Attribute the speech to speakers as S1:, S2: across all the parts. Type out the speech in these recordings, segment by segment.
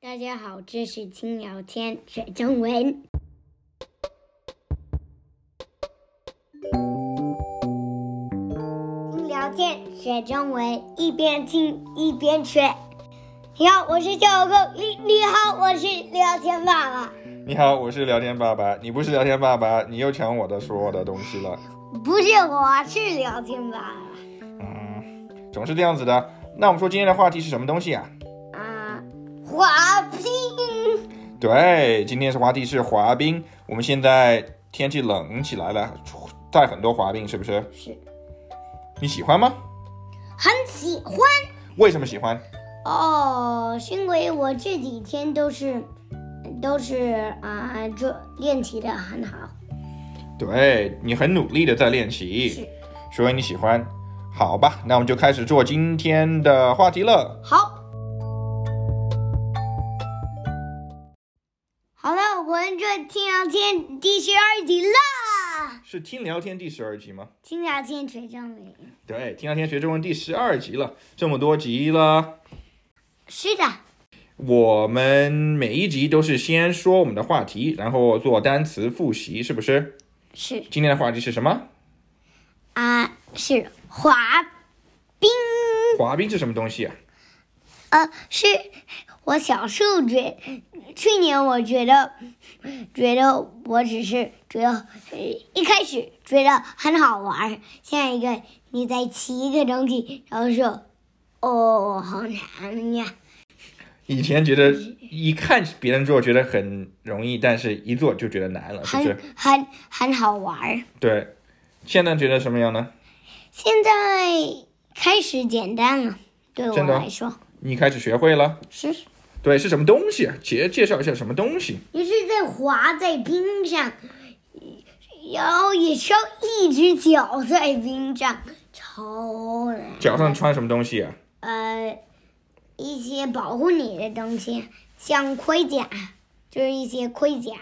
S1: 大家好，这是轻聊天学中文。轻聊天学中文，一边听一边学。你好，我是小狗。你你好，我是聊天爸爸。
S2: 你好，我是聊天爸爸。你不是聊天爸爸，你又抢我的说我的东西了。
S1: 不是我，是聊天爸
S2: 嗯，总是这样子的。那我们说今天的话题是什么东西啊？
S1: 爸。啊，滑冰。
S2: 对，今天是话题是滑冰。我们现在天气冷起来了，出带很多滑冰，是不是？
S1: 是，
S2: 你喜欢吗？
S1: 很喜欢。
S2: 为什么喜欢？
S1: 哦，是因为我这几天都是都是啊、就练习的很好。
S2: 对你很努力的在练习，所以你喜欢。好吧，那我们就开始做今天的话题了。
S1: 好。好了，我们这听聊天第十二集啦！
S2: 是听聊天第十二集吗？
S1: 听聊天水中里。
S2: 对，听聊天学中文第十二集了，这么多集了。
S1: 是的，
S2: 我们每一集都是先说我们的话题，然后做单词复习，是不是？
S1: 是
S2: 今天的话题是什么？
S1: 啊、是滑冰。
S2: 滑冰是什么东西啊？
S1: 呃，是我小时候觉，去年我觉得，觉得我只是觉得，呃一开始觉得很好玩儿，像一个你在骑一个东西，然后说，哦，好难
S2: 啊
S1: 呀，
S2: 以前觉得一看别人做觉得很容易，但是一做就觉得难了，是不
S1: 很
S2: 是？
S1: 很很好玩儿。
S2: 对。现在觉得什么样呢？
S1: 现在开始简单了，对我
S2: 真的
S1: 来说
S2: 你开始学会了？
S1: 是，
S2: 对，是什么东西啊？介介绍一下什么东西？
S1: 你是在滑在冰上，然后也需要一只脚在冰上，超难。
S2: 脚上穿什么东西啊？
S1: 呃一些保护你的东西，像盔甲，就是一些盔甲。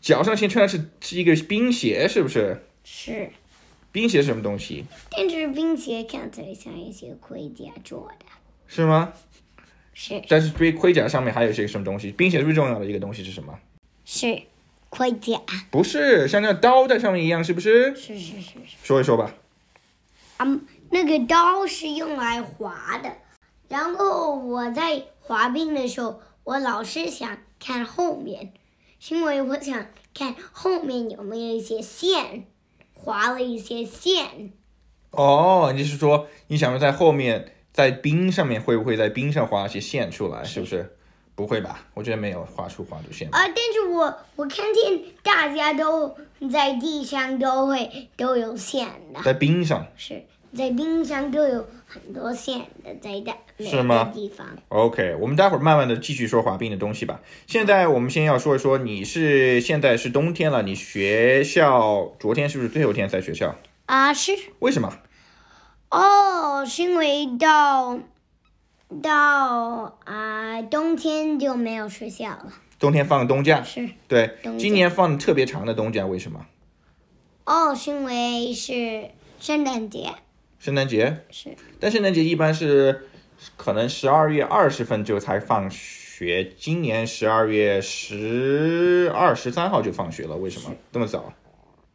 S2: 脚上先穿的是是一个冰鞋，是不是？
S1: 是，
S2: 冰鞋是什么东西？
S1: 但是冰鞋看起来像一些盔甲做的。
S2: 是吗？
S1: 是
S2: 但是盔盔甲上面还有一些什么东西？冰鞋最重要的一个东西是什么？
S1: 是，盔甲。
S2: 不是，像那刀在上面一样，是不是？
S1: 是是是是。
S2: 说一说吧。
S1: 嗯，那个刀是用来划的。然后我在滑冰的时候，我老是想看后面，是因为我想看后面有没有一些线，划了一些线。
S2: 哦，你是说你想要在后面在冰上面会不会在冰上画一些线出来？是不是？不会吧？我觉得没有画出画出线。
S1: 啊，但是我我看见大家都在地上都会都有线的，
S2: 在冰上
S1: 是在冰上都有很多线的，在大每
S2: 是吗
S1: 个地方
S2: ，OK，我们待会儿慢慢的继续说滑冰的东西吧。现在我们先要说一说，你是现在是冬天了，你学校昨天是不是最后一天在学校？
S1: 啊是
S2: 为什么？
S1: 哦，是因为到到啊冬天就没有学校了，
S2: 冬天放冬假，
S1: 是
S2: 对
S1: 冬，假
S2: 今年放特别长的冬假，为什么？
S1: 哦，是因为是圣诞节
S2: 圣诞节
S1: 是
S2: 但圣诞节一般是可能十二月二十份就才放学，今年十二月十二、十三号就放学了，为什么这么早？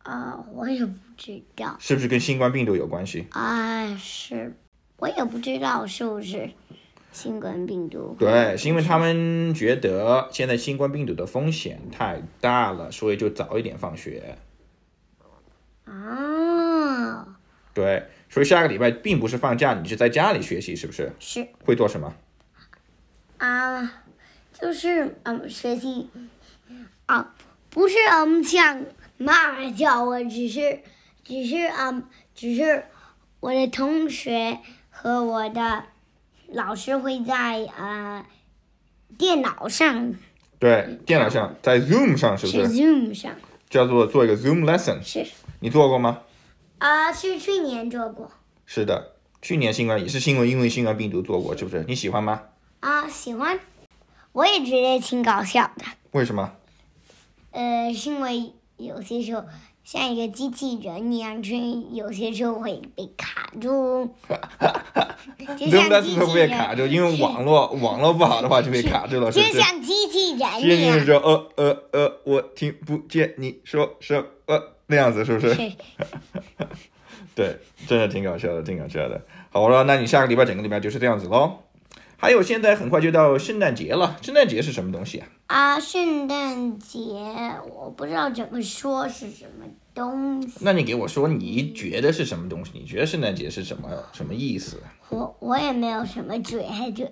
S1: 啊，我也不知道
S2: 是不是跟新冠病毒有关系？
S1: 啊是，我也不知道是不是新冠病毒
S2: 对，是因为他们觉得现在新冠病毒的风险太大了，所以就早一点放学。
S1: 啊，
S2: 对，所以下个礼拜并不是放假，你是在家里学习，是不是？
S1: 是
S2: 会做什么？
S1: 啊，就是嗯，学习啊，不是嗯，像妈妈教我，只是，只是嗯，只是我的同学和我的老师会在呃电脑上，
S2: 对，电脑上，在 Zoom 上，是不
S1: 是
S2: 嗯是
S1: Zoom 上，
S2: 叫做做一个 Zoom lesson？
S1: 是
S2: 你做过吗？
S1: 啊，是去年做过
S2: 是的，去年新冠也是新冠，因为新冠病毒做过，是不是？你喜欢吗？
S1: 啊，喜欢，我也觉得挺搞笑的。
S2: 为什么？
S1: 呃，是因为有些时候像一个机器人一样，所以有些时候会被卡 住，就
S2: 扔
S1: 像
S2: 的
S1: 机
S2: 时候
S1: 器
S2: 被
S1: 人，
S2: 卡住，因为
S1: 是
S2: 网络网络不好的话就被卡住了，是
S1: 就
S2: 不是？
S1: 像机器人
S2: 接
S1: 一
S2: 你
S1: 样。
S2: 说呃呃呃，我听不见你说什么那样子，是不是？
S1: 是
S2: 对，真的挺搞笑的，挺搞笑的。好了，那你下个礼拜整个礼拜就是这样子喽。还有，现在很快就到圣诞节了，圣诞节是什么东西啊？
S1: 啊，圣诞节我不知道怎么说是什么东西，
S2: 那你给我说，你觉得是什么东西？你觉得圣诞节是什么什么意思？
S1: 我我也没有什么觉得。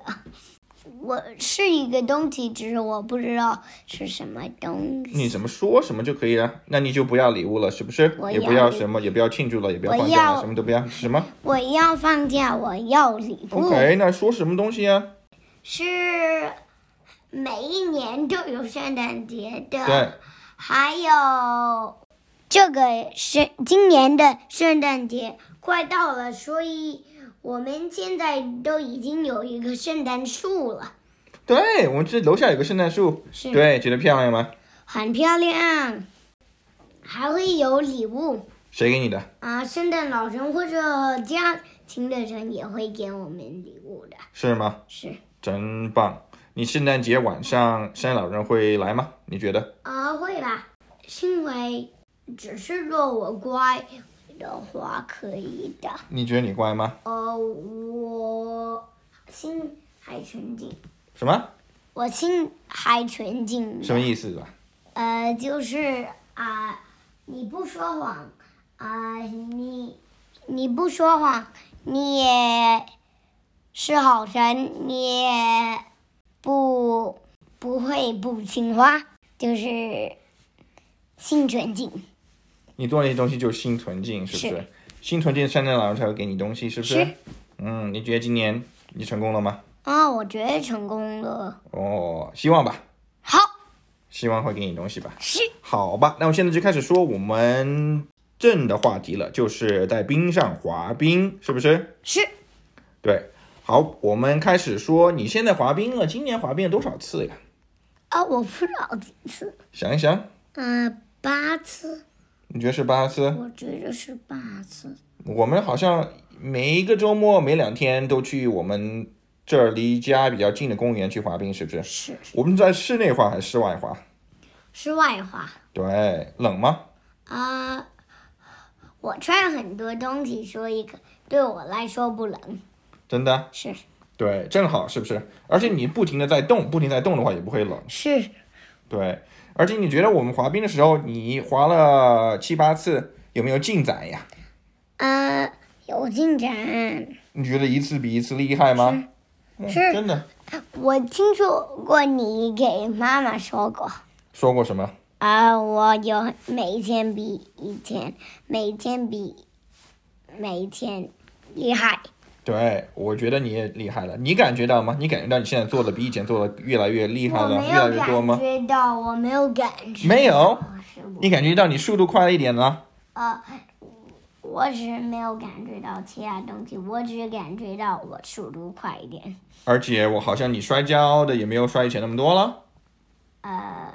S1: 我是一个东西，只是我不知道是什么东西。
S2: 你怎么说什么就可以了？那你就不要礼物了，是不是
S1: 我？
S2: 也不
S1: 要
S2: 要
S1: 礼
S2: 什么，也不要庆祝了，也不要
S1: 我
S2: 放假了，
S1: 要
S2: 什么都不要，什么
S1: 我要放假，我要礼物。
S2: ？OK，那说什么东西啊呀、
S1: 是每一年都有圣诞节的，
S2: 对，
S1: 还有这个是今年的圣诞节快到了，所以我们现在都已经有一个圣诞树了，
S2: 对，我们这楼下有个圣诞树，
S1: 是
S2: 对，觉得漂亮吗？
S1: 很漂亮，还会有礼物
S2: 谁给你的？
S1: 啊！圣诞老人或者家庭的人也会给我们礼物的，
S2: 是吗？
S1: 是
S2: 真棒！你圣诞节晚上圣诞老人会来吗？你觉得？
S1: 啊，会吧，是因为只是若我乖的话可以的。
S2: 你觉得你乖吗？
S1: 呃，我心海纯净，
S2: 什么？
S1: 我心海纯净的。
S2: 什么意思啊？
S1: 呃，就是啊、你不说谎啊、你你不说谎，你也是好人，你也不不会不听话，就是心纯净。
S2: 你做那些东西就心存净，是不是？
S1: 是
S2: 心存净，圣诞老人才会给你东西，是不是？
S1: 是
S2: 嗯，你觉得今年你成功了吗？
S1: 啊、我觉得成功了。
S2: 哦，希望吧，
S1: 好，
S2: 希望会给你东西吧。
S1: 是
S2: 好吧，那我现在就开始说我们正的话题了，就是在冰上滑冰，是不是？
S1: 是，
S2: 对。好，我们开始说，你现在滑冰了，今年滑冰了多少次呀？
S1: 啊、我不知道几次，
S2: 想一想，
S1: 嗯、八次，
S2: 你觉得是八次？
S1: 我觉得是八次。
S2: 我们好像每一个周末、每两天都去我们这儿离家比较近的公园去滑冰，是不是？
S1: 是
S2: 我们在室内滑还是室外滑？
S1: 是外话
S2: 对，冷吗？
S1: 啊、我穿很多东西，所以可对我来说不冷。
S2: 真的？
S1: 是
S2: 对，正好，是不是？而且你不停的在动，不停地在动的话也不会冷。
S1: 是，
S2: 对，而且你觉得我们滑冰的时候，你滑了七八次，有没有进展呀？
S1: 呃，有进展。
S2: 你觉得一次比一次厉害吗？嗯
S1: 是
S2: 真的。
S1: 我听说过你给妈妈说过
S2: 说过什么？
S1: 啊、我有每一天比一天，每一天比每一天厉害。
S2: 对，我觉得你也厉害了。你感觉到吗？你感觉到你现在做的比以前做的越来越厉害
S1: 我
S2: 了，
S1: 没
S2: 越来
S1: 有
S2: 越多
S1: 感
S2: 吗？
S1: 觉到，我没有感觉。
S2: 没有，
S1: 是我
S2: 你感觉到你速度快了一点了？
S1: 呃，我只是没有感觉到其他东西，我只是感觉到我速度快一点。
S2: 而且我好像你摔跤的也没有摔以前那么多了，
S1: 呃，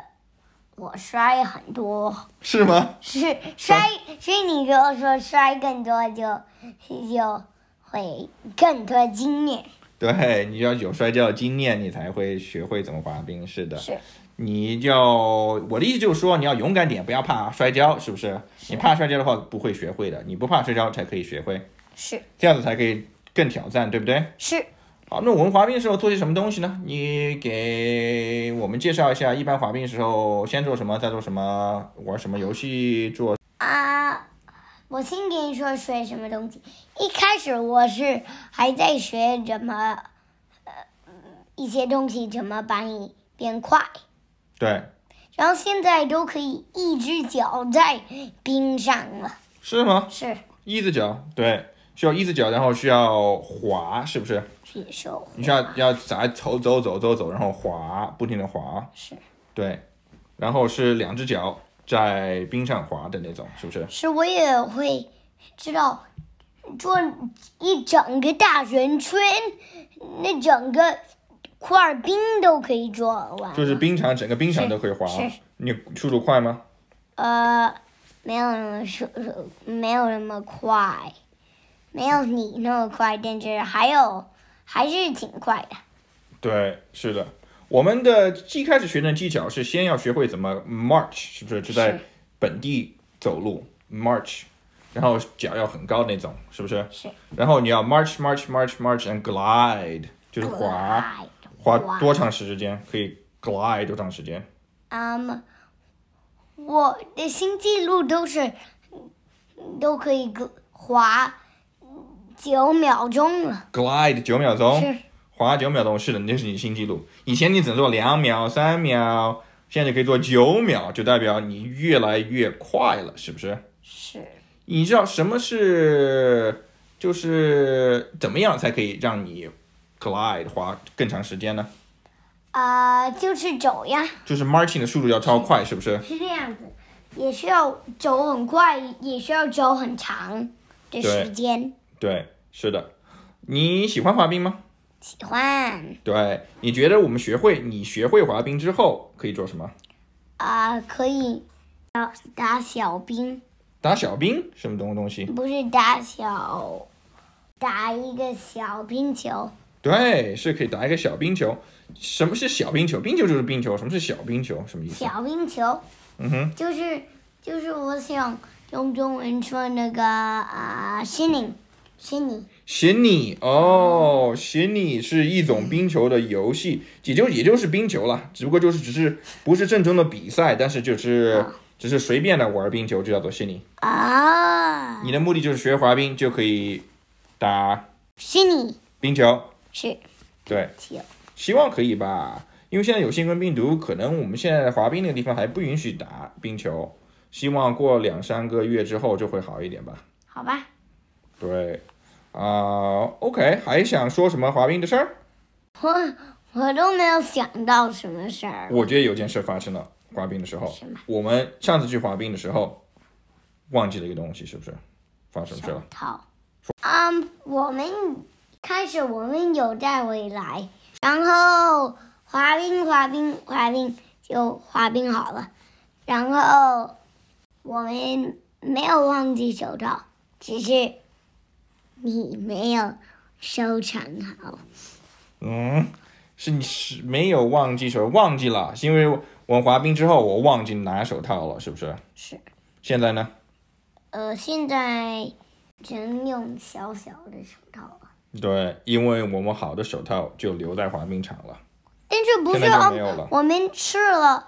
S1: 我摔很多，
S2: 是吗？
S1: 是摔，所以你跟我说摔更多就就会更多经验。
S2: 对，你要有摔跤的经验，你才会学会怎么滑冰。是的，
S1: 是
S2: 你要我的意思就是说，你要勇敢点，不要怕摔跤，是不是？你怕摔跤的话不会学会的，你不怕摔跤才可以学会，
S1: 是
S2: 这样子才可以更挑战，对不对？
S1: 是，
S2: 好，那我们滑冰的时候做些什么东西呢？你给我们介绍一下，一般滑冰的时候先做什么，再做什么，玩什么游戏，做
S1: 啊、我先跟你说学什么东西。一开始我是还在学怎么，呃，一些东西怎么把你变快。
S2: 对，
S1: 然后现在都可以一只脚在冰上了，
S2: 是吗？
S1: 是
S2: 一只脚，对，需要一只脚，然后需要滑，是不是？
S1: 去手
S2: 你需要要咋走走走走走，然后滑，不停的滑，
S1: 是
S2: 对，然后是两只脚在冰上滑的那种，是不是？
S1: 是我也会知道做一整个大圆圈，那整个块冰都可以做完了，
S2: 就是冰场，整个冰场都可以滑
S1: 是是。
S2: 你速度快吗？
S1: 呃没有那么说，说没有那么快，没有你那么快，但是还有还是挺快的。
S2: 对，是的。我们的一开始学的技巧是先要学会怎么 march，是不是？就在
S1: 是
S2: 本地走路 march，然后脚要很高那种，是不是？
S1: 是。
S2: 然后你要 march march march march and glide，就是滑，
S1: 快，
S2: 滑多长时间可以 glide 多长时间？
S1: 嗯，我的新纪录都是都可以个滑九秒钟了。
S2: glide 九秒钟
S1: 是，
S2: 滑九秒钟，是的，那是你新纪录。以前你只能做两秒、三秒，现在你可以做九秒，就代表你越来越快了，是不是？
S1: 是
S2: 你知道什么是，就是怎么样才可以让你 glide 滑更长时间呢？
S1: 啊、呃就是走呀，
S2: 就是 marching 的速度要超快，是不是？
S1: 是这样子，也需要走很快，也需要走很长的时间。
S2: 对，是的。你喜欢滑冰吗？
S1: 喜欢
S2: 对，你觉得我们学会你学会滑冰之后可以做什么？
S1: 啊、可以打打小兵，
S2: 打小兵什么东东西？
S1: 不是打小打一个小冰球，
S2: 对，是可以打一个小冰球。什么是小冰球？冰球就是冰球。什么是小冰球？什么意思？
S1: 小冰球。
S2: 嗯哼，
S1: 就是就是我想用中文说那个啊，心灵，心灵
S2: 雪拟哦，雪拟是一种冰球的游戏，也就也就是冰球了，只不过就是只是不是正宗的比赛，但是就是只是随便的玩冰球就叫做雪拟。
S1: 啊，
S2: 你的目的就是学滑冰就可以打
S1: 心灵
S2: 冰球，
S1: 是
S2: 对，
S1: 球，
S2: 希望可以吧，因为现在有新冠病毒，可能我们现在滑冰那个地方还不允许打冰球，希望过两三个月之后就会好一点吧。
S1: 好吧？
S2: 对，啊、o k 还想说什么滑冰的事儿？
S1: 我我都没有想到什么事儿，
S2: 我觉得有件事发生了，滑冰的时候
S1: 什么，
S2: 我们上次去滑冰的时候忘记了一个东西，是不是？发生什么事
S1: 手
S2: 了？
S1: 套。啊，我们开始我们有带回来，然后滑冰滑冰滑冰就滑冰好了，然后我们没有忘记手套，只是你没有收藏好。
S2: 嗯，是你是没有忘记手，忘记了，是因为我滑冰之后我忘记拿手套了，是不是？
S1: 是，
S2: 现在呢？
S1: 呃，现在只能用小小的手套了，
S2: 对，因为我们好的手套就留在滑冰场了。
S1: 但是不是
S2: 现在就
S1: 啊
S2: 没有了？
S1: 我们吃了，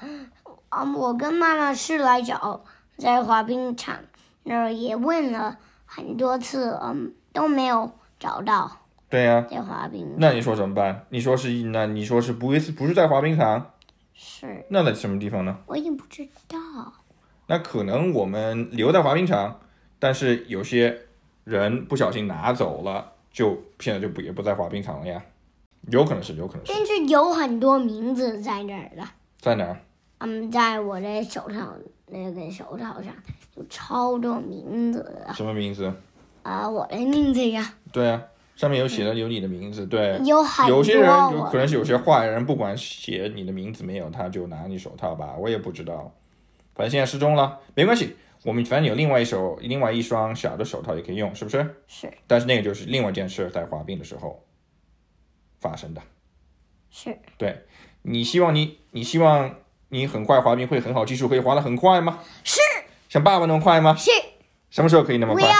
S1: 啊、我跟妈妈是来找在滑冰场那儿也问了很多次，嗯，都没有找到
S2: 对呀、
S1: 在滑冰。
S2: 那你说怎么办？你说是那你说是不是不是在滑冰场？
S1: 是，
S2: 那在什么地方呢？
S1: 我也不知道。
S2: 那可能我们留在滑冰场，但是有些人不小心拿走了，就现在就不也不在滑冰场了呀。有可能是，有可能是
S1: 但是有很多名字在那儿的，
S2: 在哪儿？
S1: 嗯，在我的手套那个手套上有超多名字的
S2: 什么名字？
S1: 啊、我的名字呀，
S2: 对啊，上面有写的有你的名字。对，
S1: 有很多
S2: 有
S1: 我。
S2: 些人有可能是有些坏人，不管写你的名字没有，他就拿你手套吧，我也不知道。反正现在失踪了，没关系，我们反正有另外一手、另外一双小的手套也可以用，是不是？
S1: 是
S2: 但是那个就是另外一件事，在滑冰的时候发生的。
S1: 是
S2: 对你希望你你希望你很快滑冰会很好，技术可以滑得很快吗？
S1: 是
S2: 像爸爸那么快吗？
S1: 是，
S2: 什么时候可以那么
S1: 我
S2: 快？
S1: 要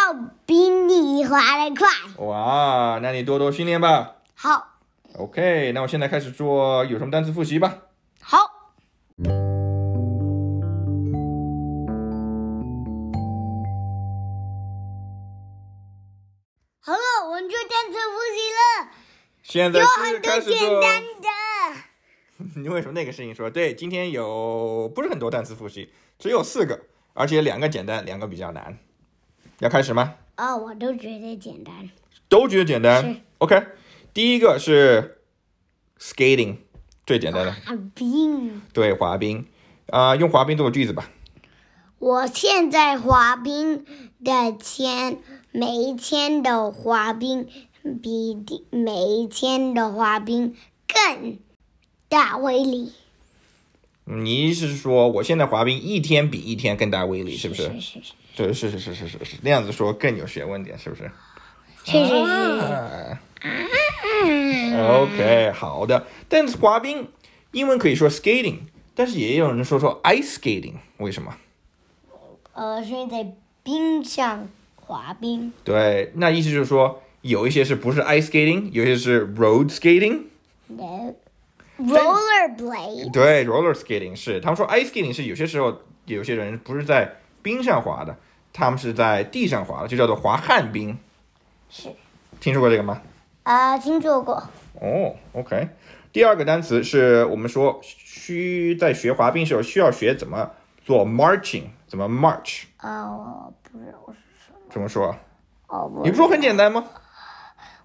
S1: 比你滑得快。
S2: 哇，那你多多训练吧。
S1: 好，
S2: OK，那我现在开始做有什么单词复习吧。
S1: 好。好了，我们做单词复习了，
S2: 现在
S1: 有
S2: 是
S1: 很多
S2: 开始
S1: 简
S2: 做。
S1: 单的。
S2: 你为什么那个事情说对？今天有不是很多单词复习，只有四个，而且两个简单，两个比较难。要开始吗？
S1: 哦，我都觉得简单。
S2: 都觉得简单
S1: 是。
S2: OK，第一个是 skating，最简单的，
S1: 滑冰，
S2: 对，滑冰。啊、用滑冰做个句子吧。
S1: 我现在滑冰的钱，每一天的滑冰比第每一天的滑冰更大威力。
S2: 你是说我现在滑冰一天比一天更大威力，是不是？
S1: 是是是
S2: 对，是是是是是是，那样子说更有学问点，是不是？
S1: 是是是，
S2: 啊 OK，好的。但是滑冰英文可以说 skating，但是也有人说说 ice skating，为什么？
S1: 呃，是在冰上滑冰，
S2: 对，那意思就是说有一些是不是 ice skating，有一些是 road skating。
S1: 呃，roller blade，
S2: 对，roller skating 是，他们说 ice skating 是有些时候有些人不是在冰上滑的，他们是在地上滑的，就叫做滑旱冰。
S1: 是，
S2: 听说过这个吗？
S1: 啊，听说过，
S2: 哦，OK。第二个单词是我们说需在学滑冰时候需要学怎么做 marching，怎么 march，
S1: 啊，我不知道我是什么，
S2: 怎么说？
S1: 哦，我
S2: 你不说很简单吗？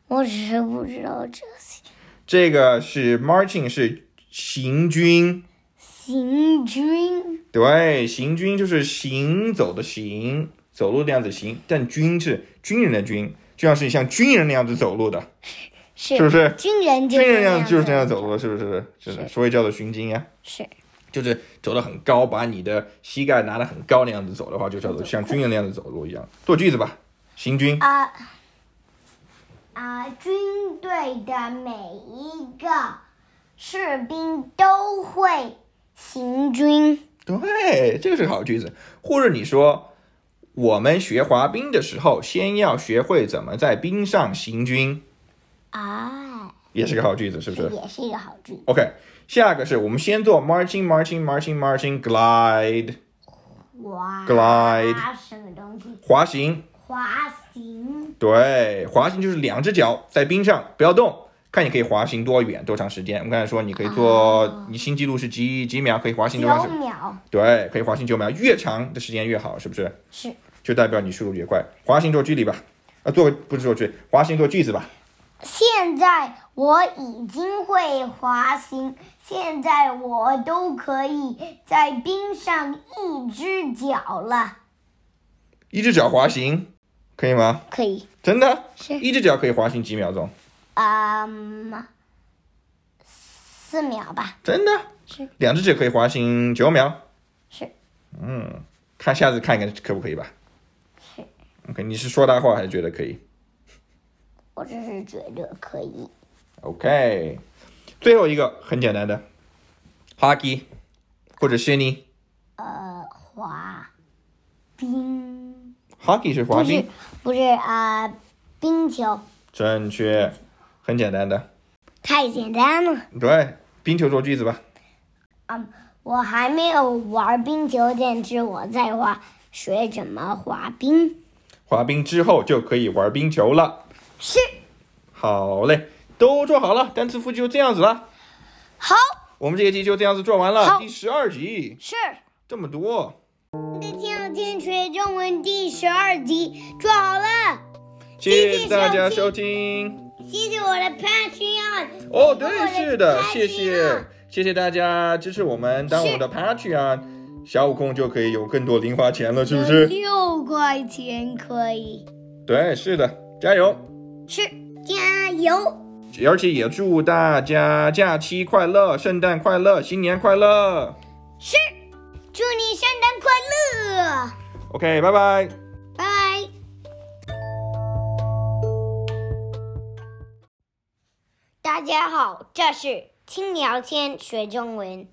S1: 我只是不知道这些
S2: 这个是 marching 是行军，
S1: 行军，
S2: 对，行军就是行走的行，走路那样子行，但军是军人的军，就像是你像军人那样子走路的，
S1: 是
S2: 是不是
S1: 军人就
S2: 军人那样
S1: 子
S2: 子就是这样走路的，是不是？是的，所以叫做行军呀。
S1: 是
S2: 就是走得很高，把你的膝盖拿得很高那样子走的话，就叫做像军人那样子走路一样。做句子吧，行军。
S1: 啊啊，军队的每一个士兵都会行军。
S2: 对，这个是个好句子。或者你说，我们学滑冰的时候，先要学会怎么在冰上行军，
S1: 啊，
S2: 也是个好句子，是不
S1: 这
S2: 是
S1: 也是一个好句子。
S2: ？OK，下个是我们先做 marching marching marching marching glide
S1: 滑
S2: Glide
S1: 什么东西？
S2: 滑行。
S1: 滑行
S2: 对，滑行就是两只脚在冰上不要动，看你可以滑行多远、多长时间。我们刚才说你可以做，
S1: 啊
S2: 你新纪录是几几秒可以滑行
S1: 九
S2: 多长时间？
S1: 秒
S2: 对，可以滑行九秒，越长的时间越好，是不是？
S1: 是
S2: 就代表你速度越快。滑行做距离吧，啊，做不是做距离，滑行做句子吧。
S1: 现在我已经会滑行，现在我都可以在冰上一只脚了。
S2: 一只脚滑行，可以吗？
S1: 可以，
S2: 真的，
S1: 是
S2: 一只脚可以滑行几秒钟，
S1: 嗯，四秒吧。
S2: 真的。
S1: 是
S2: 两只脚可以滑行九秒，
S1: 是
S2: 看下次看看可不可以吧
S1: 是。
S2: ？OK，你是说大话还是觉得可以？
S1: 我只是觉得可以。
S2: OK，最后一个很简单的，hockey 或者 shinny。
S1: 呃，滑冰
S2: hockey 是滑
S1: 不是
S2: 冰，
S1: 不是啊、呃冰球
S2: 正确，很简单的。
S1: 太简单了。
S2: 对，冰球做句子吧。
S1: 嗯，我还没有玩冰球，但是我在滑学怎么滑冰。
S2: 滑冰之后就可以玩冰球了。
S1: 是，
S2: 好嘞，都做好了，单词复习就这样子了。
S1: 好，
S2: 我们这一集就这样子做完了，
S1: 好
S2: 第十二集
S1: 是。
S2: 这么多。
S1: 今天天学中文第十二集做好了，
S2: 谢谢大家收
S1: 收
S2: 听。
S1: 谢谢我的 Patreon。
S2: 哦，对，是的，
S1: 谢
S2: 谢谢，谢谢大家支持我们。当我们的 Patreon，小悟空就可以有更多零花钱了，是不是？
S1: 六块钱可以，
S2: 对，是的，加油！
S1: 是加油，
S2: 而且也祝大家假期快乐，圣诞快乐，新年快乐。
S1: 是，祝你圣诞快乐，
S2: OK，拜拜。
S1: 拜拜。大家好，这是青聊天学中文。